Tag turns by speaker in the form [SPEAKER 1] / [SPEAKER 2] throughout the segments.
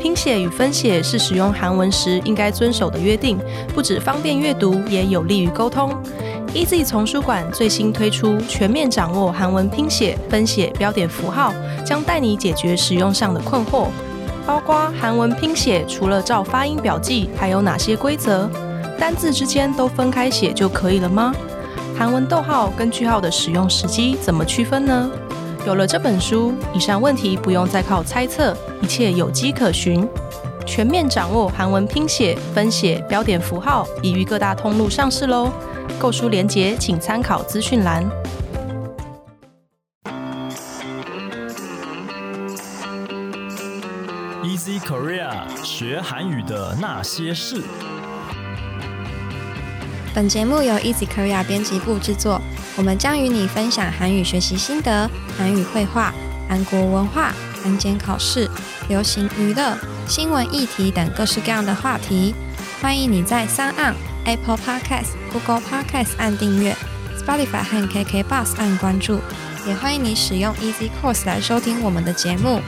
[SPEAKER 1] 拼写与分写是使用韩文时应该遵守的约定，不只方便阅读，也有利于沟通。EZ 丛书馆最新推出全面掌握韩文拼写、分写、标点符号，将带你解决使用上的困惑，包括韩文拼写除了照发音表记，还有哪些规则？单字之间都分开写就可以了吗？韩文逗号跟句号的使用时机怎么区分呢？有了这本书，以上问题不用再靠猜测，一切有迹可循。全面掌握韩文拼写、分写、标点符号，已于各大通路上市喽。购书链接请参考资讯栏。
[SPEAKER 2] Easy Korea 学韩语的那些事。
[SPEAKER 3] 本节目由 Easy Korea 编辑部制作，我们将与你分享韩语学习心得、韩语绘画、韩国文化、韩检考试、流行娱乐、新闻议题等各式各样的话题。欢迎你在三岸 Apple Podcast、Google Podcast 按订阅，Spotify 和 KK Bus 按关注，也欢迎你使用 Easy Course 来收听我们的节目。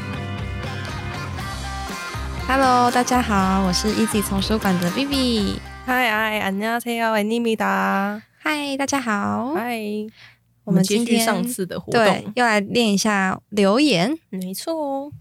[SPEAKER 3] Hello，大家好，我是 Easy 丛书馆的 Vivi。
[SPEAKER 1] 嗨嗨，안녕하세요애니미다。
[SPEAKER 3] 嗨，大家好。
[SPEAKER 1] 嗨，
[SPEAKER 3] 我们
[SPEAKER 1] 接续
[SPEAKER 3] 今天
[SPEAKER 1] 上次的活
[SPEAKER 3] 对
[SPEAKER 1] 动，，
[SPEAKER 3] 又来练一下留言。
[SPEAKER 1] 没错哦。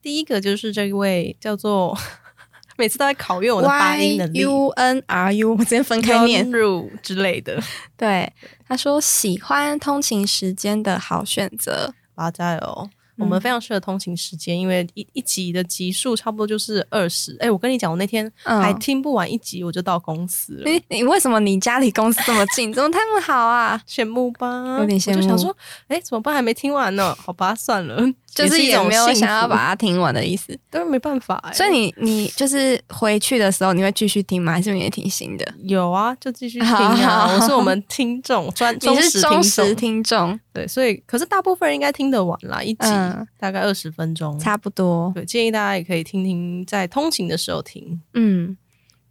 [SPEAKER 1] 第一个就是这位叫做， 每次都在考验我的发音能
[SPEAKER 3] Y
[SPEAKER 1] 力。
[SPEAKER 3] U N R U，我直接分开念。
[SPEAKER 1] 乳之类的，
[SPEAKER 3] 对，他说喜欢通勤时间的好选择。
[SPEAKER 1] 八加油！我们
[SPEAKER 3] 嗯
[SPEAKER 1] 非常适合通勤时间，因为一一集的集数差不多就是二十。哎，我跟你讲，我那天
[SPEAKER 3] 嗯
[SPEAKER 1] 还听不完一集，我就到公司了，
[SPEAKER 3] 你你为什么你家离公司这么近？怎么他们好啊？
[SPEAKER 1] 羡慕吧？
[SPEAKER 3] 有点羡慕
[SPEAKER 1] 我就想说，哎，怎么办？还没听完呢？好吧，算了，
[SPEAKER 3] 就是
[SPEAKER 1] 也是
[SPEAKER 3] 也
[SPEAKER 1] 一种
[SPEAKER 3] 没有
[SPEAKER 1] 幸福
[SPEAKER 3] 想要把，它听完的意思。
[SPEAKER 1] 但没办法哎。
[SPEAKER 3] 所以你你就是回去的时候，你会继续听吗？还是你也挺新的？
[SPEAKER 1] 有啊，就继续听啊！
[SPEAKER 3] 好好
[SPEAKER 1] 我是我们听众，专
[SPEAKER 3] 你是
[SPEAKER 1] 实
[SPEAKER 3] 忠
[SPEAKER 1] 听
[SPEAKER 3] 实
[SPEAKER 1] 众，
[SPEAKER 3] 听众，
[SPEAKER 1] 对，所以可是大部分人应该听得完啦，一集
[SPEAKER 3] 嗯
[SPEAKER 1] 大概二十分钟，
[SPEAKER 3] 差不多。
[SPEAKER 1] 对，建议大家也可以听听，在通勤的时候听。
[SPEAKER 3] 嗯，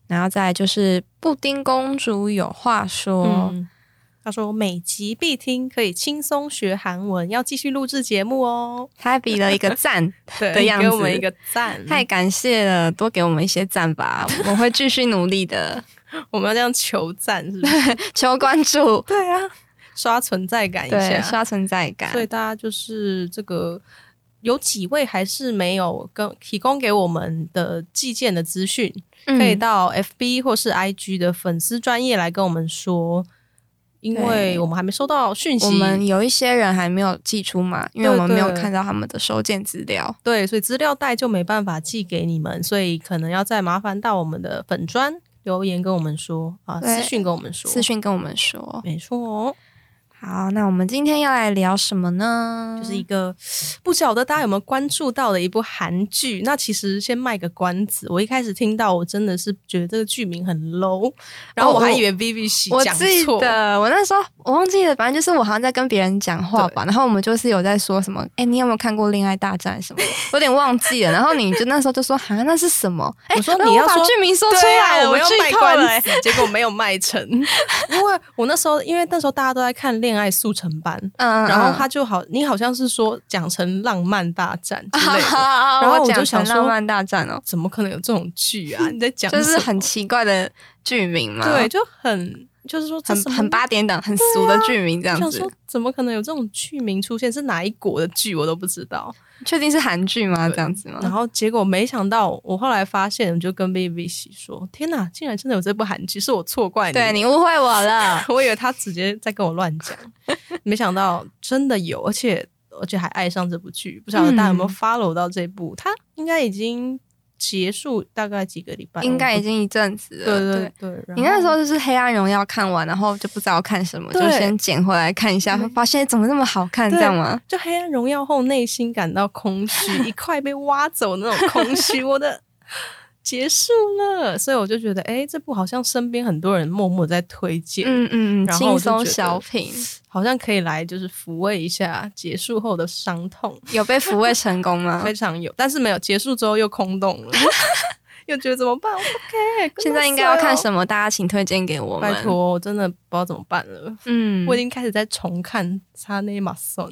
[SPEAKER 3] 然后再来就是布丁公主有话说。
[SPEAKER 1] 嗯，他说每集必听，可以轻松学韩文，要继续录制节目 哦。
[SPEAKER 3] 他比了一个赞，
[SPEAKER 1] 对
[SPEAKER 3] 的样
[SPEAKER 1] 给
[SPEAKER 3] 子
[SPEAKER 1] 我们一个赞，
[SPEAKER 3] 太感谢了，多给我们一些赞 吧，我会继续努力的，
[SPEAKER 1] 我们要这样求赞是不 是？
[SPEAKER 3] 求关注，
[SPEAKER 1] 对啊，刷存在感一
[SPEAKER 3] 对，
[SPEAKER 1] 下。
[SPEAKER 3] 啊刷存在感
[SPEAKER 1] 所，以大家就是这个。有几位还是没有跟提供给我们的寄件的资讯，可以
[SPEAKER 3] 嗯，
[SPEAKER 1] 到 FB 或是 IG 的粉丝专业来跟我们说，因为
[SPEAKER 3] 对
[SPEAKER 1] 我们还没收到讯息，
[SPEAKER 3] 我们有一些人还没有寄出嘛，因为
[SPEAKER 1] 对
[SPEAKER 3] 我们没有
[SPEAKER 1] 对
[SPEAKER 3] 看到他们的收件资料，
[SPEAKER 1] 对，所以资料袋就没办法寄给你们，所以可能要再麻烦到我们的粉砖留言跟我们说啊，
[SPEAKER 3] 对
[SPEAKER 1] 私讯跟我们说，
[SPEAKER 3] 私讯跟我们说。
[SPEAKER 1] 没错哦，
[SPEAKER 3] 好，那我们今天要来聊什么呢？
[SPEAKER 1] 就是一个不晓得大家有没有关注到的一部韩剧。那其实先卖个关子，我一开始听到我真的是觉得这个剧名很 low，然后我还以为 Vivi 喜
[SPEAKER 3] 哦我
[SPEAKER 1] 讲
[SPEAKER 3] 记
[SPEAKER 1] 错，
[SPEAKER 3] 得我那时候我忘记了，反正就是我好像在跟别人讲话吧，然后我们就是有在说什么，哎、你有没有看过《恋爱大战》什么的？有点忘记了。然后你就那时候就说，哈，那是什么？哎、
[SPEAKER 1] 我说
[SPEAKER 3] 那
[SPEAKER 1] 你要
[SPEAKER 3] 把
[SPEAKER 1] 说
[SPEAKER 3] 剧名说出
[SPEAKER 1] 对啊
[SPEAKER 3] 来，
[SPEAKER 1] 我
[SPEAKER 3] 们
[SPEAKER 1] 要
[SPEAKER 3] 剧
[SPEAKER 1] 卖
[SPEAKER 3] 透了、
[SPEAKER 1] 关
[SPEAKER 3] 哎
[SPEAKER 1] 子，结果没有卖 成，因为我那时候因为那时候大家都在看《恋爱速成班》，
[SPEAKER 3] 嗯，
[SPEAKER 1] 然后
[SPEAKER 3] 他
[SPEAKER 1] 他就好，你好像是说讲成浪漫大战之类的，
[SPEAKER 3] 然
[SPEAKER 1] 然后我就
[SPEAKER 3] 讲
[SPEAKER 1] 想
[SPEAKER 3] 成
[SPEAKER 1] 说
[SPEAKER 3] 浪漫大战哦，
[SPEAKER 1] 怎么可能有这种剧 啊？你在讲
[SPEAKER 3] 就是
[SPEAKER 1] 什么
[SPEAKER 3] 很奇怪的剧名嘛，
[SPEAKER 1] 对，，就很就是说这
[SPEAKER 3] 很
[SPEAKER 1] 什么啊
[SPEAKER 3] 很八点档、很俗的剧名这
[SPEAKER 1] 我
[SPEAKER 3] 样
[SPEAKER 1] 想
[SPEAKER 3] 子
[SPEAKER 1] 说。怎么可能有这种剧名出现？是哪一国的剧我都不知道。
[SPEAKER 3] 确定是韩剧吗？
[SPEAKER 1] 对
[SPEAKER 3] 这样子吗？
[SPEAKER 1] 然后结果没想到，我后来发现，我就跟 B B 喜说：“天哪，竟然真的有这部韩剧，是我错怪你。”，
[SPEAKER 3] 对你误会我了
[SPEAKER 1] 我以为他直接在跟我乱讲，没想到真的有，而且而且还爱上这部剧。不晓得大家有没有
[SPEAKER 3] 嗯
[SPEAKER 1] follow 到这部？它应该已经结束大概几个礼拜，
[SPEAKER 3] 应该
[SPEAKER 1] 我
[SPEAKER 3] 已
[SPEAKER 1] 不
[SPEAKER 3] 经一阵子了。
[SPEAKER 1] 对对对。然
[SPEAKER 3] 你那
[SPEAKER 1] 后
[SPEAKER 3] 时候就是《黑暗荣耀》看完，然后就不知道看什么，就
[SPEAKER 1] 对嗯
[SPEAKER 3] 先捡回来看一下，发现哎怎么那么好看，
[SPEAKER 1] 对
[SPEAKER 3] 这样吗？
[SPEAKER 1] 就《黑暗荣耀》后，内心感到空虚，一块被挖走那种空虚，我的。结束了，所以我就觉得，哎、这部好像身边很多人默默在推荐，
[SPEAKER 3] 嗯嗯嗯，
[SPEAKER 1] 然后我
[SPEAKER 3] 轻
[SPEAKER 1] 就觉得
[SPEAKER 3] 松小品，
[SPEAKER 1] 好像可以来就是抚慰一下结束后的伤痛。
[SPEAKER 3] 有被抚慰成功 吗
[SPEAKER 1] 非？常有，但是没有结束之后又空洞了，又觉得怎么办？OK，
[SPEAKER 3] 现在应该要看什么？大家请推荐给我
[SPEAKER 1] 么
[SPEAKER 3] 们。
[SPEAKER 1] 拜，托，我真的不知道怎么办了。
[SPEAKER 3] 嗯，
[SPEAKER 1] 我已经开始在重看沙内马 松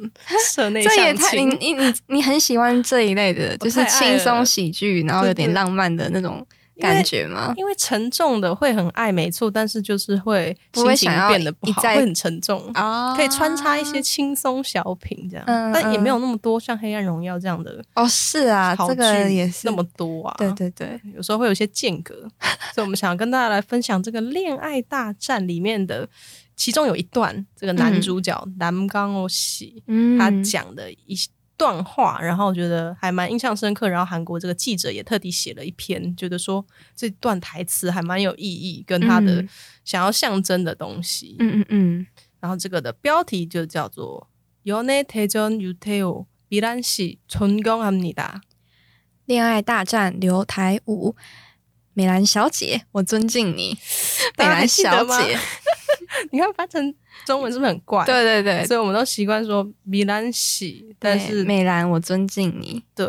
[SPEAKER 1] 社内
[SPEAKER 3] 这
[SPEAKER 1] 相
[SPEAKER 3] 也太你
[SPEAKER 1] 亲，
[SPEAKER 3] 你你你很喜欢这一类的，就是
[SPEAKER 1] 太爱
[SPEAKER 3] 轻松
[SPEAKER 1] 了
[SPEAKER 3] 喜剧，然后有点
[SPEAKER 1] 对对
[SPEAKER 3] 浪漫的那种
[SPEAKER 1] 因为
[SPEAKER 3] 感觉吗？
[SPEAKER 1] 因为沉重的会很爱没错，但是就是会
[SPEAKER 3] 不会
[SPEAKER 1] 心情
[SPEAKER 3] 想要
[SPEAKER 1] 变得不
[SPEAKER 3] 一
[SPEAKER 1] 好，
[SPEAKER 3] 再
[SPEAKER 1] 会很沉重。
[SPEAKER 3] 啊
[SPEAKER 1] 可以穿插一些轻松小品这样，
[SPEAKER 3] 嗯
[SPEAKER 1] 但也
[SPEAKER 3] 嗯
[SPEAKER 1] 没有那么多像《黑暗荣耀》这样的
[SPEAKER 3] 哦，是啊，
[SPEAKER 1] 好
[SPEAKER 3] 这个
[SPEAKER 1] 剧
[SPEAKER 3] 也是
[SPEAKER 1] 那么多啊。
[SPEAKER 3] 对对对，
[SPEAKER 1] 有时候会有一些间隔，所以我们想跟大家来分享这个《恋爱大战》里面的其中有一段，这个男主角南冈哦喜
[SPEAKER 3] 嗯
[SPEAKER 1] 他讲的一段话，然后我觉得还蛮印象深刻。然后韩国这个记者也特地写了一篇，觉得说这段台词还蛮有意义，跟他的
[SPEAKER 3] 嗯
[SPEAKER 1] 想要象征的东西。
[SPEAKER 3] 嗯嗯嗯，
[SPEAKER 1] 然后这个的标题就叫做《연애대전유태오미란씨존경합니다》。
[SPEAKER 3] 恋爱大战刘台武，美兰小姐，我尊敬 你，
[SPEAKER 1] 大
[SPEAKER 3] 美
[SPEAKER 1] 家还
[SPEAKER 3] 兰
[SPEAKER 1] 记得
[SPEAKER 3] 小
[SPEAKER 1] 吗
[SPEAKER 3] 姐，
[SPEAKER 1] 你看翻成中文是不是很怪？
[SPEAKER 3] 对对对，
[SPEAKER 1] 所以我们都习惯说米兰喜，但
[SPEAKER 3] 对
[SPEAKER 1] 是
[SPEAKER 3] 美兰，我尊敬你。
[SPEAKER 1] 对，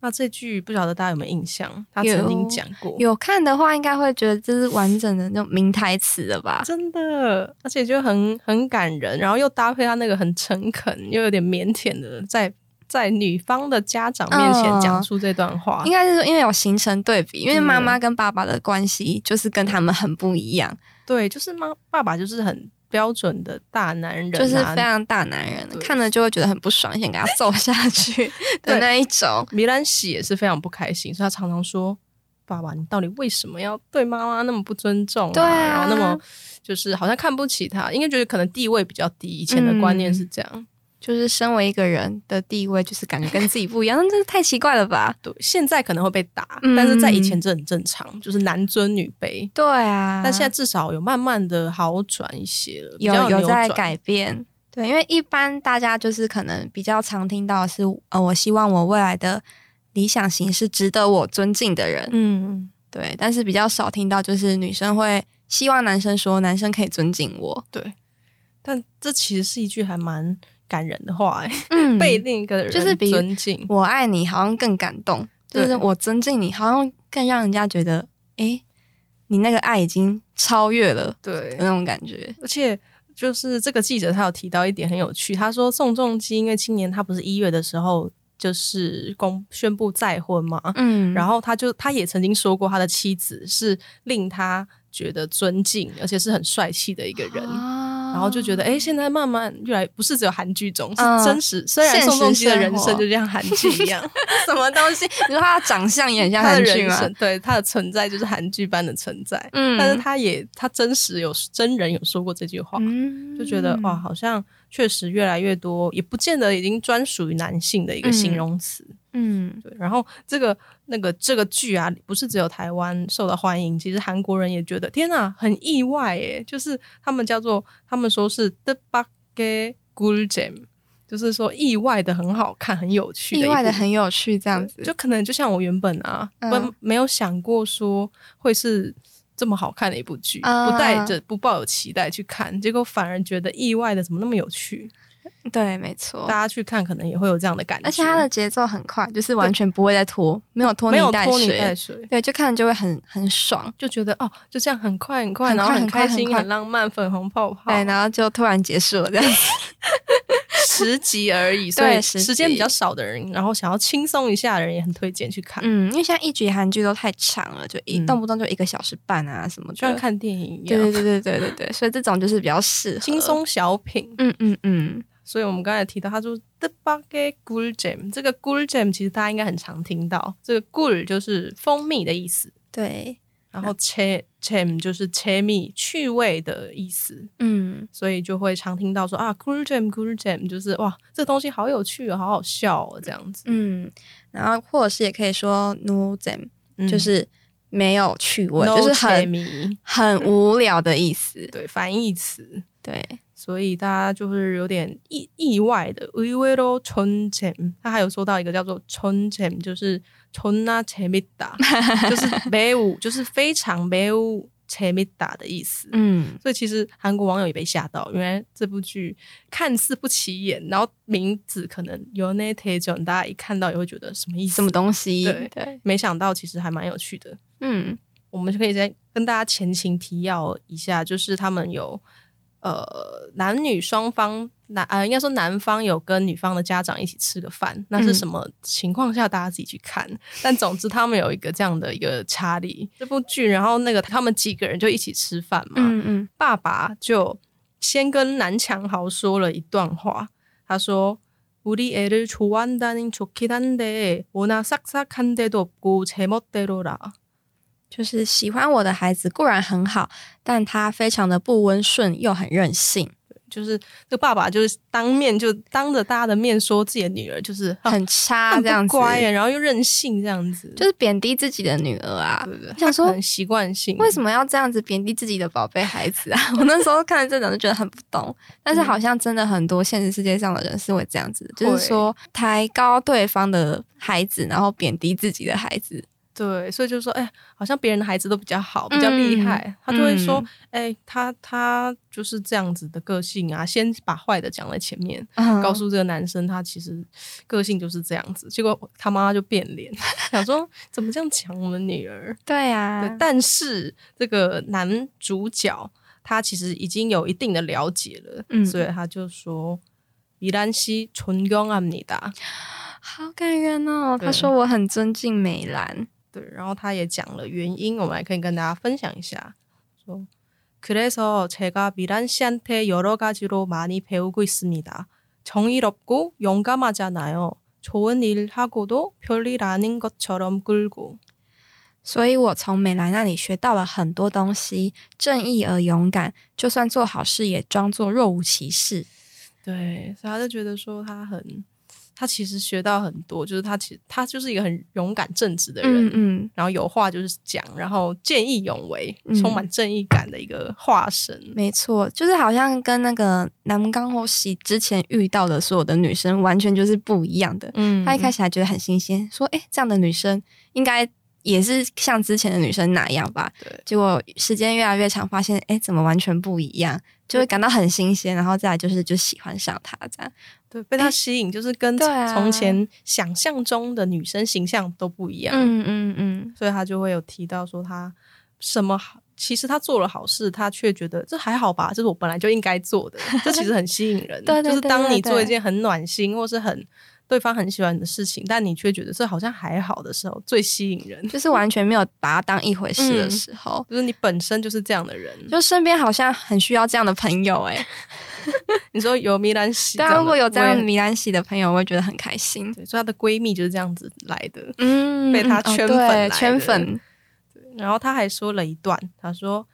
[SPEAKER 1] 那这句不晓得大家有没有印象？他曾经讲过，
[SPEAKER 3] 有看的话，应该会觉得这是完整的那种名台词了吧？
[SPEAKER 1] 真的，而且就很很感人，然后又搭配他那个很诚恳又有点腼腆的，在在女方的家长面前
[SPEAKER 3] 嗯
[SPEAKER 1] 讲出这段话，
[SPEAKER 3] 应该是说，因为有形成对比，因为
[SPEAKER 1] 啊嗯
[SPEAKER 3] 妈妈跟爸爸的关系就是跟他们很不一样，
[SPEAKER 1] 对，就是妈爸爸就是很标准的大男人、啊，
[SPEAKER 3] 就是非常大男人，
[SPEAKER 1] 对
[SPEAKER 3] 看了就会觉得很不爽，想给他揍下 去的
[SPEAKER 1] 对
[SPEAKER 3] 那一种。
[SPEAKER 1] 米兰喜也是非常不开心，所以他常常说：“爸爸，你到底为什么要对妈妈那么不尊重、啊？
[SPEAKER 3] 对啊
[SPEAKER 1] 然后那么就是好像看不起她，应该觉得可能地位比较低，以前的观念是这样。
[SPEAKER 3] 嗯就是身为一个人的地位，就是感觉跟自己不一样，那这太奇怪了吧？
[SPEAKER 1] 对，现在可能会被打，
[SPEAKER 3] 嗯
[SPEAKER 1] 但是在以前这很正常，就是男尊女卑。
[SPEAKER 3] 对啊，
[SPEAKER 1] 但现在至少有慢慢的好转一些了，比
[SPEAKER 3] 有
[SPEAKER 1] 较扭
[SPEAKER 3] 有在
[SPEAKER 1] 转
[SPEAKER 3] 改变。对，因为一般大家就是可能比较常听到的是，呃，我希望我未来的理想型是值得我尊敬的人，
[SPEAKER 1] 嗯，
[SPEAKER 3] 对。但是比较少听到就是女生会希望男生说男生可以尊敬我，
[SPEAKER 1] 对。但这其实是一句还蛮感人的话、欸，
[SPEAKER 3] 嗯
[SPEAKER 1] 被另一个人
[SPEAKER 3] 就是比
[SPEAKER 1] 尊敬，
[SPEAKER 3] 我爱你好像更感动，就
[SPEAKER 1] 对
[SPEAKER 3] 是我尊敬你好像更让人家觉得，诶，你那个爱已经超越了
[SPEAKER 1] 对
[SPEAKER 3] 的那种感觉。
[SPEAKER 1] 而且就是这个记者他有提到一点很有趣，他说宋仲基因为今年他不是一月的时候就是公宣布再婚嘛，
[SPEAKER 3] 嗯
[SPEAKER 1] 然
[SPEAKER 3] 后
[SPEAKER 1] 后他就他也曾经说过他的妻子是令他觉得尊敬，而且是很帅气的一个人。
[SPEAKER 3] 啊
[SPEAKER 1] 然后就觉得，哎、现在慢慢越来不是只有韩剧中，是
[SPEAKER 3] 嗯
[SPEAKER 1] 真实。虽然
[SPEAKER 3] 现实
[SPEAKER 1] 宋仲基的人
[SPEAKER 3] 生
[SPEAKER 1] 生
[SPEAKER 3] 活
[SPEAKER 1] 就像韩剧一样，
[SPEAKER 3] 什么东西？啊 你说他的长相也很像
[SPEAKER 1] 他的
[SPEAKER 3] 韩剧
[SPEAKER 1] 人
[SPEAKER 3] 吗？
[SPEAKER 1] 生对他的存在就是韩剧般的存在。
[SPEAKER 3] 嗯
[SPEAKER 1] 但是他也他真实有真人有说过这句话，
[SPEAKER 3] 嗯
[SPEAKER 1] 就觉得哇，，好像确实越来越多，也不见得已经专属于男性的一个形容词。
[SPEAKER 3] 嗯，
[SPEAKER 1] 对，然后这个那个这个剧啊，不是只有台湾受到欢迎，其实韩国人也觉得天啊，很意外耶，就是他们叫做他们说是 The Bug Gay Gul Jam，就是说意外的很好看，很有趣的
[SPEAKER 3] 意
[SPEAKER 1] 一部，
[SPEAKER 3] 外的很有趣，这样子
[SPEAKER 1] 就可能就像我原本啊，
[SPEAKER 3] 嗯
[SPEAKER 1] 不没有想过说会是这么好看的一部剧，
[SPEAKER 3] 啊
[SPEAKER 1] 不带着不抱有期待去看，结果反而觉得意外的怎么那么有趣，
[SPEAKER 3] 对，没
[SPEAKER 1] 大
[SPEAKER 3] 错。
[SPEAKER 1] 家去看可能也会有这样的感觉，
[SPEAKER 3] 哦而且它的节奏很快，就是完全不会再拖，没有拖
[SPEAKER 1] 没有
[SPEAKER 3] 带
[SPEAKER 1] 拖泥带
[SPEAKER 3] 水，
[SPEAKER 1] 水。
[SPEAKER 3] 对，就看着就会很很爽，
[SPEAKER 1] 就觉得哦，就这样很快很快，
[SPEAKER 3] 很快
[SPEAKER 1] 然后
[SPEAKER 3] 很
[SPEAKER 1] 很
[SPEAKER 3] 快
[SPEAKER 1] 开心
[SPEAKER 3] 很
[SPEAKER 1] 很
[SPEAKER 3] 快
[SPEAKER 1] 浪漫，粉红泡泡，
[SPEAKER 3] 对，然后就突然结束了这样子。
[SPEAKER 1] 十集而 已，所以
[SPEAKER 3] 十
[SPEAKER 1] 时间
[SPEAKER 3] 集
[SPEAKER 1] 比较少的人，然后想要轻松一下的人也很推荐去看，
[SPEAKER 3] 嗯，因为现在一集韩剧都太长了，就一、
[SPEAKER 1] 嗯
[SPEAKER 3] 动不动就一个小时半啊什么的，
[SPEAKER 1] 就像看电影一
[SPEAKER 3] 对。对
[SPEAKER 1] 样，
[SPEAKER 3] 对对对对对，所以这种就是比较适合
[SPEAKER 1] 轻。松小品。
[SPEAKER 3] 嗯嗯嗯，
[SPEAKER 1] 所以我们刚才提到，他说 The Bucket Gul Jam，这个 Gul Jam 其实大家应该很常听到，这个 Gul 就是蜂蜜的意思，
[SPEAKER 3] 对，
[SPEAKER 1] 然后 Che Jam 就是 Che 蜜趣味的意思，
[SPEAKER 3] 嗯，
[SPEAKER 1] 所以就会常听到说啊 Gul Jam Gul Jam，就是哇这东西好有趣哦，好好笑哦，这样子，
[SPEAKER 3] 嗯，然后或者是也可以说 no them，、
[SPEAKER 1] 嗯
[SPEAKER 3] 就是没有趣味
[SPEAKER 1] No
[SPEAKER 3] 就是很
[SPEAKER 1] Jamie
[SPEAKER 3] 很无聊的意思。
[SPEAKER 1] 对反义词，
[SPEAKER 3] 对，
[SPEAKER 1] 所以大家就是有点意意外的。의외로 촌잼，他还有说到一个叫做촌잼，就是존나재밌다，就是매우，就是非常매우재밌다的意思。
[SPEAKER 3] 嗯，
[SPEAKER 1] 所以其实韩国网友也被吓到，原来这部剧看似不起眼，然后名字可能有那 t e 大家一看到也会觉得什么意思？
[SPEAKER 3] 什么东西？
[SPEAKER 1] 对没想到其实还蛮有趣的。
[SPEAKER 3] 嗯
[SPEAKER 1] 我们就可以再跟大家前情提要一下，就是他们有呃男女双方男呃应该说男方有跟女方的家长一起吃个饭，那是什么情况下大家自己去看。但总之他们有一个这样的一个差例，这部剧，然后那个他们几个人就一起吃饭嘛，
[SPEAKER 3] 嗯嗯，
[SPEAKER 1] 爸爸就先跟南强豪说了一段话，他说。우리애를좋아한다는좋긴한데워낙싹싹한데도없고제멋대로라。
[SPEAKER 3] 就是喜欢我的孩子固然很好，但他非常的不温顺又很任性，
[SPEAKER 1] 就是这个爸爸就是当面就当着大家的面说自己的女儿就是啊
[SPEAKER 3] 很差
[SPEAKER 1] 很
[SPEAKER 3] 这样
[SPEAKER 1] 不
[SPEAKER 3] 子，
[SPEAKER 1] 乖耶，然后又任性这样子，
[SPEAKER 3] 就是贬低自己的女儿啊。
[SPEAKER 1] 对对对，
[SPEAKER 3] 想
[SPEAKER 1] 他
[SPEAKER 3] 说
[SPEAKER 1] 可能习惯性
[SPEAKER 3] 为什么要这样子贬低自己的宝贝孩子啊？ 我那时候看了这种就觉得很不懂，但是好像真的很多现实世界上的人是会这样
[SPEAKER 1] 嗯
[SPEAKER 3] 子的，就是说抬高对方的孩子，然后贬低自己的孩子。
[SPEAKER 1] 对，所以就说哎，好像别人的孩子都比较好，比较
[SPEAKER 3] 嗯
[SPEAKER 1] 厉害，他就会说哎，他他就是这样子的个性啊，先把坏的讲在前面，
[SPEAKER 3] 嗯
[SPEAKER 1] 告诉这个男生他其实个性就是这样子，结果他妈就变脸， 想说怎么这样讲我们女儿，
[SPEAKER 3] 对啊，
[SPEAKER 1] 对，但是这个男主角他其实已经有一定的了解了，
[SPEAKER 3] 嗯
[SPEAKER 1] 所以他就说。伊兰西존경합니다。
[SPEAKER 3] 好感人哦。
[SPEAKER 1] 对
[SPEAKER 3] 他说我很尊敬美兰，
[SPEAKER 1] 对，然后他也讲了原因，我们还可以跟大家分享一下。说그래서제가미란씨한테여러가지로많이배우고있습니다정의롭고용감하잖아요좋은일하고도별일아닌것처럼굴고。
[SPEAKER 3] 所以我从美兰那里学到了很多东西，正义而勇敢，就算做好事也装作若无其事。
[SPEAKER 1] 对，所以他就觉得说他很，他其实学到很多，就是他其他就是一个很勇敢正直的人，
[SPEAKER 3] 嗯嗯，
[SPEAKER 1] 然后有话就是讲，然后见义勇为，
[SPEAKER 3] 嗯
[SPEAKER 1] 充满正义感的一个化身。
[SPEAKER 3] 没错，就是好像跟那个南冈后喜之前遇到的所有的女生完全就是不一样的。
[SPEAKER 1] 嗯
[SPEAKER 3] 他一开
[SPEAKER 1] 始
[SPEAKER 3] 始还觉得很新鲜，说：“哎、这样的女生应该也是像之前的女生那样吧？”
[SPEAKER 1] 对
[SPEAKER 3] 结果时间越来越长，发现哎、诶怎么完全不一样，就会感到很新鲜，然后再来就是就喜欢上她这样。
[SPEAKER 1] 对被他吸引，就是跟
[SPEAKER 3] 哎对啊
[SPEAKER 1] 从前想象中的女生形象都不一样，
[SPEAKER 3] 嗯嗯嗯，
[SPEAKER 1] 所以他就会有提到说他什么好。其实他做了好事，他却觉得这还好吧，这是我本来就应该做的，这其实很吸引人。
[SPEAKER 3] 对对
[SPEAKER 1] 就是
[SPEAKER 3] 对
[SPEAKER 1] 当
[SPEAKER 3] 对
[SPEAKER 1] 你做
[SPEAKER 3] 对
[SPEAKER 1] 一件很暖心或是很对方很喜欢你的事情，但你却觉得这好像还好的时候，最吸引人。
[SPEAKER 3] 就是完全没有把它当一回事的
[SPEAKER 1] 嗯
[SPEAKER 3] 时候，
[SPEAKER 1] 就是你本身就是这样的人。
[SPEAKER 3] 就身边好像很需要这样的朋友哎、诶
[SPEAKER 1] 你说有米兰喜这
[SPEAKER 3] 对
[SPEAKER 1] 样
[SPEAKER 3] 啊，
[SPEAKER 1] 的，
[SPEAKER 3] 如果有这
[SPEAKER 1] 我
[SPEAKER 3] 样
[SPEAKER 1] 也
[SPEAKER 3] 米兰喜的朋友，我会觉得很开心。
[SPEAKER 1] 对，所以她的闺蜜就是这样子来的。
[SPEAKER 3] 嗯
[SPEAKER 1] 被他
[SPEAKER 3] 嗯哦
[SPEAKER 1] 圈粉来
[SPEAKER 3] 对
[SPEAKER 1] 的
[SPEAKER 3] 圈粉，
[SPEAKER 1] 然后她还说了一段，她说：“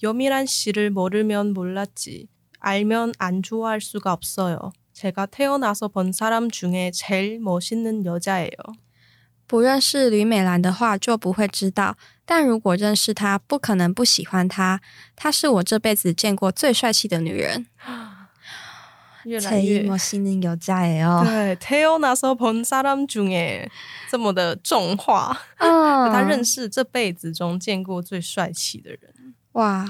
[SPEAKER 1] 有米兰씨를모르면몰랐지알면안좋아할수가없어요제가태어나서본사람중에제일멋있는여자예요。
[SPEAKER 3] 不认识吕美兰的话，就不会知道；但如果认识她，不可能不喜欢她。她是我这辈子见过最帅气的女人。”
[SPEAKER 1] 越来
[SPEAKER 3] 陈一
[SPEAKER 1] 越
[SPEAKER 3] 模心灵有加哦。
[SPEAKER 1] 对，태어나서본사람중에这么的重话，
[SPEAKER 3] 嗯
[SPEAKER 1] 他认识这辈子中见过最帅气的人。
[SPEAKER 3] 哇，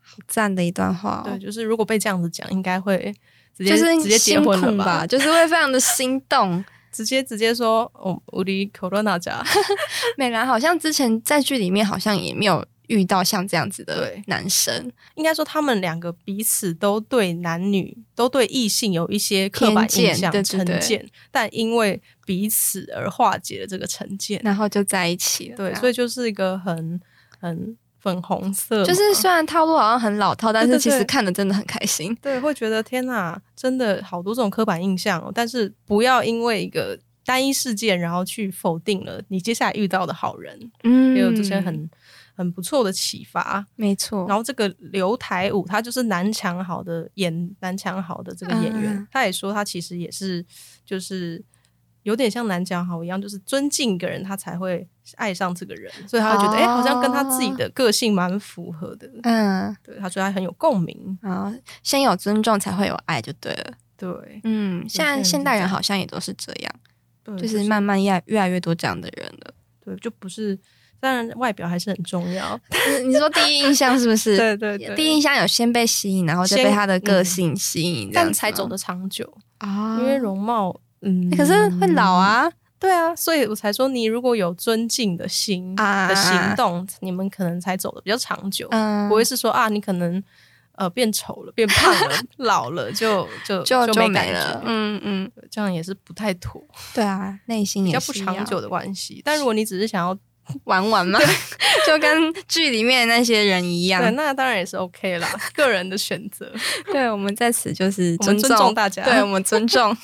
[SPEAKER 3] 好赞的一段话、
[SPEAKER 1] 对，
[SPEAKER 3] 哦。
[SPEAKER 1] 就是如果被这样子讲，应该会直接、
[SPEAKER 3] 어。就是
[SPEAKER 1] 直接结
[SPEAKER 3] 心
[SPEAKER 1] 婚了
[SPEAKER 3] 痛吧，就是会非常的心动。
[SPEAKER 1] 直接直接说，哦，우리 corona 家，
[SPEAKER 3] 美兰好像之前在剧里面好像也没有遇到像这样子的
[SPEAKER 1] 对
[SPEAKER 3] 男生，
[SPEAKER 1] 应该说他们两个彼此都对男女都对异性有一些刻板印象
[SPEAKER 3] 偏见对
[SPEAKER 1] 成
[SPEAKER 3] 对对
[SPEAKER 1] 见，但因为彼此而化解了这个成见。
[SPEAKER 3] 然后就在一起了。
[SPEAKER 1] 对，所
[SPEAKER 3] 以
[SPEAKER 1] 以就是一个很很粉红色嘛，
[SPEAKER 3] 就是虽然套路好像很老套，但
[SPEAKER 1] 对
[SPEAKER 3] 是
[SPEAKER 1] 对
[SPEAKER 3] 其实
[SPEAKER 1] 对
[SPEAKER 3] 看的真的很开心。
[SPEAKER 1] 对，会觉得天哪，真的好多种刻板印象哦。但是不要因为一个单一事件，然后去否定了你接下来遇到的好人，
[SPEAKER 3] 嗯
[SPEAKER 1] 也有这些很很不错的启发。
[SPEAKER 3] 没错。
[SPEAKER 1] 然后这个刘台武，他就是南强好的演南强好的这个演员，
[SPEAKER 3] 嗯嗯
[SPEAKER 1] 他也说他其实也是就是有点像南强好一样，就是尊敬一个人，他才会爱上这个人，所以他就觉得
[SPEAKER 3] 哦
[SPEAKER 1] 哎、诶好像跟他自己的个性蛮符合的。
[SPEAKER 3] 嗯，
[SPEAKER 1] 对，他说他很有共鸣。
[SPEAKER 3] 好，先有尊重才会有爱，就对了。
[SPEAKER 1] 对，
[SPEAKER 3] 嗯，现
[SPEAKER 1] 有些
[SPEAKER 3] 在
[SPEAKER 1] 人是
[SPEAKER 3] 现代人好像也都是这样，
[SPEAKER 1] 对
[SPEAKER 3] 就是慢慢越来越来越多这样的人了。
[SPEAKER 1] 对，就不是，当然外表还是很重要。
[SPEAKER 3] 你说第一印象是不是？
[SPEAKER 1] 对对对，
[SPEAKER 3] 第一印象有先嗯被吸引，然后再被
[SPEAKER 1] 先
[SPEAKER 3] 他的个性吸引，这样
[SPEAKER 1] 但
[SPEAKER 3] 子
[SPEAKER 1] 才走
[SPEAKER 3] 吗
[SPEAKER 1] 得长久，
[SPEAKER 3] 啊
[SPEAKER 1] 因为容貌，嗯，
[SPEAKER 3] 可是会老。啊。
[SPEAKER 1] 对啊，所以我才说，你如果有尊敬的心
[SPEAKER 3] 啊
[SPEAKER 1] 的行动，你们可能才走的比较长久，
[SPEAKER 3] 嗯，
[SPEAKER 1] 不会是说啊，你可能呃变丑了、变胖 了、老了就就
[SPEAKER 3] 就
[SPEAKER 1] 没感
[SPEAKER 3] 没
[SPEAKER 1] 觉
[SPEAKER 3] 了，嗯嗯，
[SPEAKER 1] 这样也是不太妥，
[SPEAKER 3] 对啊，内心
[SPEAKER 1] 比
[SPEAKER 3] 也
[SPEAKER 1] 较
[SPEAKER 3] 是
[SPEAKER 1] 不
[SPEAKER 3] 一
[SPEAKER 1] 长
[SPEAKER 3] 样
[SPEAKER 1] 久的关系。但如果你只是想要
[SPEAKER 3] 玩玩嘛， 就跟剧里面那些人
[SPEAKER 1] 对，
[SPEAKER 3] 一样。
[SPEAKER 1] 那当然也是 OK 啦， 个人的选择。
[SPEAKER 3] 对，我们在此就是
[SPEAKER 1] 我们
[SPEAKER 3] 尊
[SPEAKER 1] 尊重大家
[SPEAKER 3] 对 我们尊重。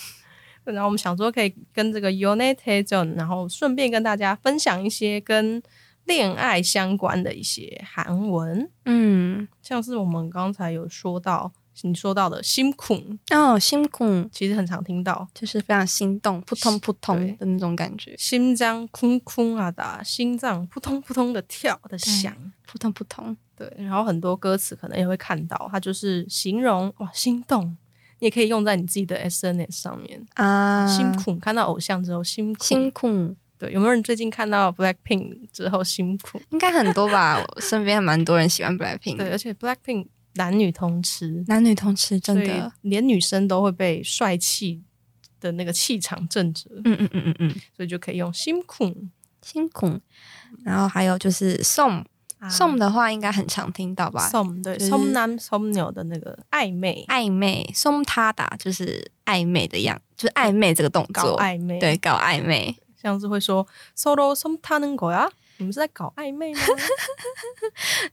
[SPEAKER 1] 然后我们想说可以跟这个 Unite Zone，然后顺便跟大家分享一些跟恋爱相关的一些韩文，
[SPEAKER 3] 嗯，
[SPEAKER 1] 像是我们刚才有说到你说到的辛苦，
[SPEAKER 3] 哦，心苦
[SPEAKER 1] 其实很常听到
[SPEAKER 3] 就是非常心动，扑通扑
[SPEAKER 1] 对
[SPEAKER 3] 通的那种感觉，
[SPEAKER 1] 心脏空空啊打，心脏扑通扑通的跳的响。
[SPEAKER 3] 扑通扑通。
[SPEAKER 1] 对，然后很多歌词可能也会看到，它就是形容哇心动，你也可以用在你自己的 SNS 上面。
[SPEAKER 3] 啊，
[SPEAKER 1] 辛苦看到偶像之后辛苦，
[SPEAKER 3] 辛苦，
[SPEAKER 1] 对，有没有人最近看到 Blackpink 之后辛苦？
[SPEAKER 3] 应该很多 吧？我身边还蛮多人喜欢 BLACKPINK，
[SPEAKER 1] 对，
[SPEAKER 3] 的
[SPEAKER 1] 而且 Blackpink 男女通吃，
[SPEAKER 3] 男女通吃，真
[SPEAKER 1] 所以
[SPEAKER 3] 的。
[SPEAKER 1] 连女生都会被帅气的那个气场震慑，
[SPEAKER 3] 嗯嗯嗯嗯嗯，
[SPEAKER 1] 所以就可以用辛苦
[SPEAKER 3] 辛苦。然后还有就是送送的话，应该很常听到吧？
[SPEAKER 1] 啊送对
[SPEAKER 3] 就是
[SPEAKER 1] 送男送牛的那个暧昧，
[SPEAKER 3] 暧昧送他打就是暧昧的样，就是暧昧这个动
[SPEAKER 1] 搞
[SPEAKER 3] 作，
[SPEAKER 1] 暧昧，
[SPEAKER 3] 对，，搞暧昧。
[SPEAKER 1] 像是会说 solo s o m e t i m e 呀，你们是在搞暧昧吗？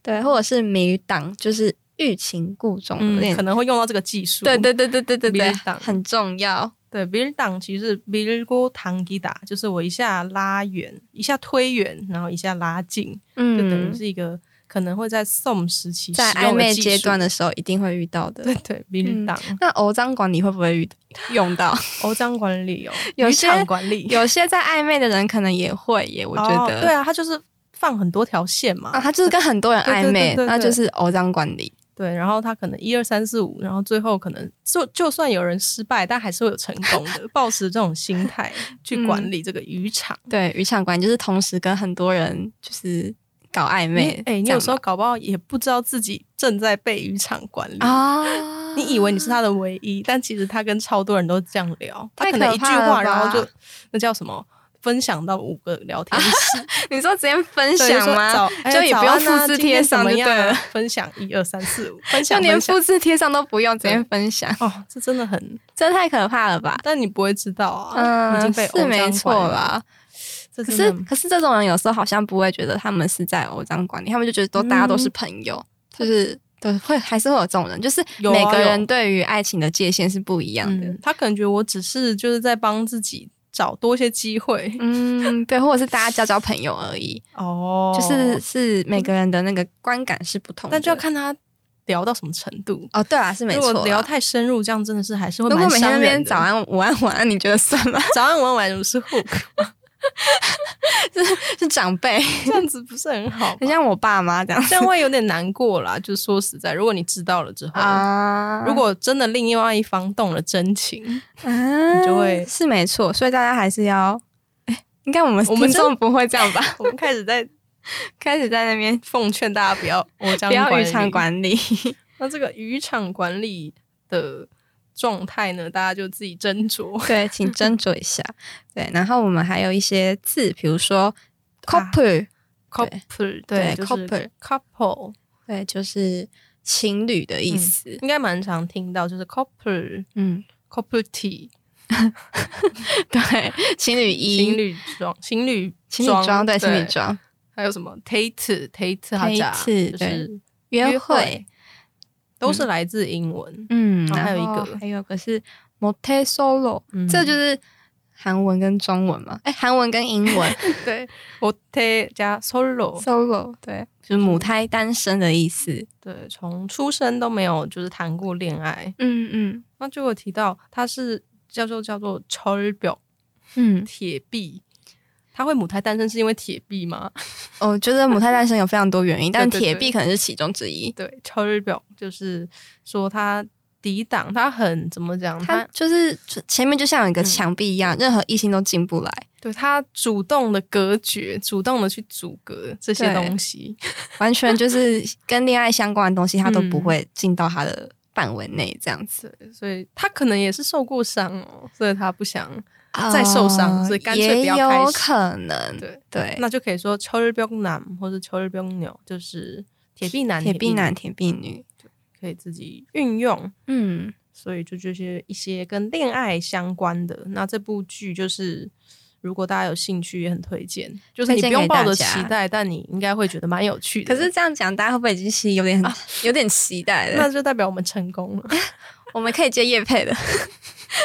[SPEAKER 3] 对，或者是迷党，就是欲擒故纵，
[SPEAKER 1] 嗯，
[SPEAKER 3] 有点
[SPEAKER 1] 可能会用到这个技术，
[SPEAKER 3] 对对对对对对对
[SPEAKER 1] 迷党，
[SPEAKER 3] 很重要。
[SPEAKER 1] 对 b i l d a n 其实是 b i l g o t a n g i d a 就是我一下拉远，一下推远，然后一下拉近，就等于
[SPEAKER 3] 嗯，
[SPEAKER 1] 是一个可能会在 SOM 时期
[SPEAKER 3] 在
[SPEAKER 1] 使用的
[SPEAKER 3] 暧昧
[SPEAKER 1] 技
[SPEAKER 3] 阶
[SPEAKER 1] 术
[SPEAKER 3] 段嗯的时候一定会遇到的。
[SPEAKER 1] 对对 b i l d a n
[SPEAKER 3] 那偶章管理会不会 遇用到？
[SPEAKER 1] 欧章管理哦，
[SPEAKER 3] 有
[SPEAKER 1] 渔
[SPEAKER 3] 些
[SPEAKER 1] 场管理，
[SPEAKER 3] 有些在暧昧的人可能也会耶， 我觉
[SPEAKER 1] 哦
[SPEAKER 3] 得。
[SPEAKER 1] 对啊，他就是放很多条线嘛，
[SPEAKER 3] 啊，他就是跟很多人
[SPEAKER 1] 对
[SPEAKER 3] 暧昧
[SPEAKER 1] 对对，对对
[SPEAKER 3] 那就是偶章管理。
[SPEAKER 1] 对，然后他可能一二三四五，然后最后可能就就算有人失败，但还是会有成功 的，抱持这种心态去
[SPEAKER 3] 嗯
[SPEAKER 1] 管理这个渔场。
[SPEAKER 3] 对，渔场管理就是同时跟很多人就是搞暧昧。
[SPEAKER 1] 你哎、你
[SPEAKER 3] 这样
[SPEAKER 1] 有时候搞不好也不知道自己正在被渔场管理
[SPEAKER 3] 吧。啊，
[SPEAKER 1] 你以为你是他的唯一，但其实他跟超多人都这样聊，他
[SPEAKER 3] 太
[SPEAKER 1] 可能
[SPEAKER 3] 可
[SPEAKER 1] 一句
[SPEAKER 3] 怕了
[SPEAKER 1] 话，然后就
[SPEAKER 3] 吧
[SPEAKER 1] 那叫什么，分享到五个聊天 室，
[SPEAKER 3] 你说直接分
[SPEAKER 1] 对就
[SPEAKER 3] 享
[SPEAKER 1] 说
[SPEAKER 3] 吗
[SPEAKER 1] 早？哎
[SPEAKER 3] 就也
[SPEAKER 1] 早
[SPEAKER 3] 不用
[SPEAKER 1] 安啊
[SPEAKER 3] 复制
[SPEAKER 1] 今天
[SPEAKER 3] 贴上
[SPEAKER 1] 怎
[SPEAKER 3] 就
[SPEAKER 1] 么
[SPEAKER 3] 对
[SPEAKER 1] 样啊
[SPEAKER 3] 了，
[SPEAKER 1] 分享一二三四五，分
[SPEAKER 3] 就
[SPEAKER 1] 享
[SPEAKER 3] 连
[SPEAKER 1] 分享
[SPEAKER 3] 复制贴上都不用，直接分享，
[SPEAKER 1] 哦，这真的很，
[SPEAKER 3] 这太可怕了吧？
[SPEAKER 1] 但你不会知道啊， 已经
[SPEAKER 3] 嗯，
[SPEAKER 1] 被
[SPEAKER 3] 是没错
[SPEAKER 1] 啦。
[SPEAKER 3] 啦。
[SPEAKER 1] 这
[SPEAKER 3] 可
[SPEAKER 1] 真
[SPEAKER 3] 是
[SPEAKER 1] 的
[SPEAKER 3] 可是这种人有时候好像不会觉得他们是在偶章管理，他们就觉得都大家都是
[SPEAKER 1] 嗯
[SPEAKER 3] 朋友，就是对会还是会有这种人，就是
[SPEAKER 1] 有啊
[SPEAKER 3] 每个
[SPEAKER 1] 有
[SPEAKER 3] 人对于爱情的界限是不一样的。
[SPEAKER 1] 嗯，他可能觉得我只是就是在帮自己找多一些机会
[SPEAKER 3] 嗯，对，或者是大家交交朋友而已，
[SPEAKER 1] 哦，
[SPEAKER 3] 就是，是每个人的那个观感是不同的。
[SPEAKER 1] 但就要看他聊到什么程度。
[SPEAKER 3] 哦，对啊，是没
[SPEAKER 1] 如
[SPEAKER 3] 错
[SPEAKER 1] 果
[SPEAKER 3] 啦。
[SPEAKER 1] 聊太深入，这样真的是还是会
[SPEAKER 3] 如果
[SPEAKER 1] 蛮
[SPEAKER 3] 每天那
[SPEAKER 1] 伤人
[SPEAKER 3] 边
[SPEAKER 1] 的。
[SPEAKER 3] 早安、午安、晚安，你觉得算吗？
[SPEAKER 1] 早安晚晚我是 hook，
[SPEAKER 3] 是长辈，
[SPEAKER 1] 这样子不是很好吗？
[SPEAKER 3] 很像我爸妈 这样
[SPEAKER 1] 这样会有点难过啦。就说实在，如果你知道了之后，
[SPEAKER 3] 啊
[SPEAKER 1] 如果真的另外一方动了真 情，
[SPEAKER 3] 啊，
[SPEAKER 1] 你就会
[SPEAKER 3] 是没错，所以大家还是要，哎应该我们
[SPEAKER 1] 我们
[SPEAKER 3] 听众不会这样吧？
[SPEAKER 1] 我们开始 在
[SPEAKER 3] 开始在那边
[SPEAKER 1] 奉劝大家不要我这样
[SPEAKER 3] 不要渔场
[SPEAKER 1] 理
[SPEAKER 3] 管理，
[SPEAKER 1] 那这个渔场管理的状态呢，大家就自己斟酌。
[SPEAKER 3] 对，请斟酌一下。对，然后我们还有一些字，比如说
[SPEAKER 1] 啊
[SPEAKER 3] couple，、
[SPEAKER 1] couple
[SPEAKER 3] 对
[SPEAKER 1] 就是
[SPEAKER 3] couple
[SPEAKER 1] couple
[SPEAKER 3] 对，就是情侣的意思。
[SPEAKER 1] 应该蛮常听到，就是 couple
[SPEAKER 3] 嗯，
[SPEAKER 1] couple tea
[SPEAKER 3] 对，情侣衣、
[SPEAKER 1] 情侣装、情侣
[SPEAKER 3] 情侣装，对，情侣
[SPEAKER 1] 对，
[SPEAKER 3] 装，
[SPEAKER 1] 还有什么 tate tate 哈扎
[SPEAKER 3] Tate，
[SPEAKER 1] 就是
[SPEAKER 3] 约
[SPEAKER 1] 会
[SPEAKER 3] 会。
[SPEAKER 1] 都是来自英 文。
[SPEAKER 3] 嗯，
[SPEAKER 1] 然后哦还有一
[SPEAKER 3] 然后
[SPEAKER 1] 个
[SPEAKER 3] 还有个是 motel solo，、
[SPEAKER 1] 嗯
[SPEAKER 3] 这就是韩文跟中文嘛，哎，韩文跟英文
[SPEAKER 1] 对我 t 加 solo，
[SPEAKER 3] solo，对，就是母胎单身的意思。
[SPEAKER 1] 对，从出生都没有就是谈过恋爱。
[SPEAKER 3] 嗯嗯
[SPEAKER 1] 那就有提到它是叫做叫做超日表
[SPEAKER 3] 嗯，
[SPEAKER 1] 铁臂，它会母胎单身是因为铁臂吗？
[SPEAKER 3] 我觉哦得母胎单身有非常多原因，但
[SPEAKER 1] 对对
[SPEAKER 3] 铁臂可能是其中之一。
[SPEAKER 1] 对，超日表就是说它抵挡，它很怎么讲？
[SPEAKER 3] 他
[SPEAKER 1] 它
[SPEAKER 3] 就是前面就像有一个
[SPEAKER 1] 嗯
[SPEAKER 3] 墙壁一样，任何异性都进不来。
[SPEAKER 1] 对它主动的隔绝，主动的去阻隔这些
[SPEAKER 3] 对
[SPEAKER 1] 东西。
[SPEAKER 3] 完全就是跟恋爱相关的东西，他都
[SPEAKER 1] 嗯
[SPEAKER 3] 不会进到他的范围内，这样子。
[SPEAKER 1] 对，所以他可能也是受过伤哦，所以他不想再受伤
[SPEAKER 3] 呃
[SPEAKER 1] 所以干脆不要
[SPEAKER 3] 也
[SPEAKER 1] 开
[SPEAKER 3] 有
[SPEAKER 1] 始
[SPEAKER 3] 可能，
[SPEAKER 1] 对
[SPEAKER 3] 对，
[SPEAKER 1] 那就可以说 c h o r b y o n 男或是 c h o r b y o n 牛，就是铁臂男、
[SPEAKER 3] 铁臂
[SPEAKER 1] 女
[SPEAKER 3] 男、铁臂女，
[SPEAKER 1] 可以自己运用。
[SPEAKER 3] 嗯，
[SPEAKER 1] 所以就这些一些跟恋爱相关的。那这部剧就是，如果大家有兴趣，也很推荐。就是你不
[SPEAKER 3] 推荐
[SPEAKER 1] 用
[SPEAKER 3] 给大
[SPEAKER 1] 抱
[SPEAKER 3] 家
[SPEAKER 1] 着期待，但你应该会觉得蛮有趣的。
[SPEAKER 3] 可是这样讲，大家会不会已经是有点很有点期待
[SPEAKER 1] 啊那
[SPEAKER 3] 了？
[SPEAKER 1] 就代表我们成功了，
[SPEAKER 3] 我们可以接叶配的，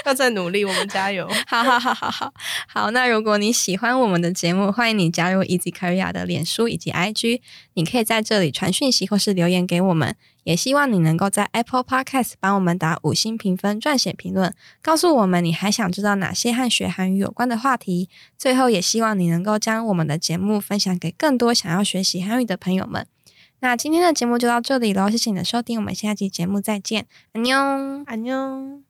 [SPEAKER 1] 要再努力，我们加油。
[SPEAKER 3] 好好好好好好。那如果你喜欢我们的节目，欢迎你加入 Easy Korea 的脸书以及 IG，你可以在这里传讯息或是留言给我们。也希望你能够在 Apple Podcast 帮我们打五星评分、撰写评论，告诉我们你还想知道哪些和学韩语有关的话题。最后，也希望你能够将我们的节目分享给更多想要学习韩语的朋友们。 那今天的节目就到这里喽，谢谢你的收听，我们下期节目再见，安妞。
[SPEAKER 1] 安妞。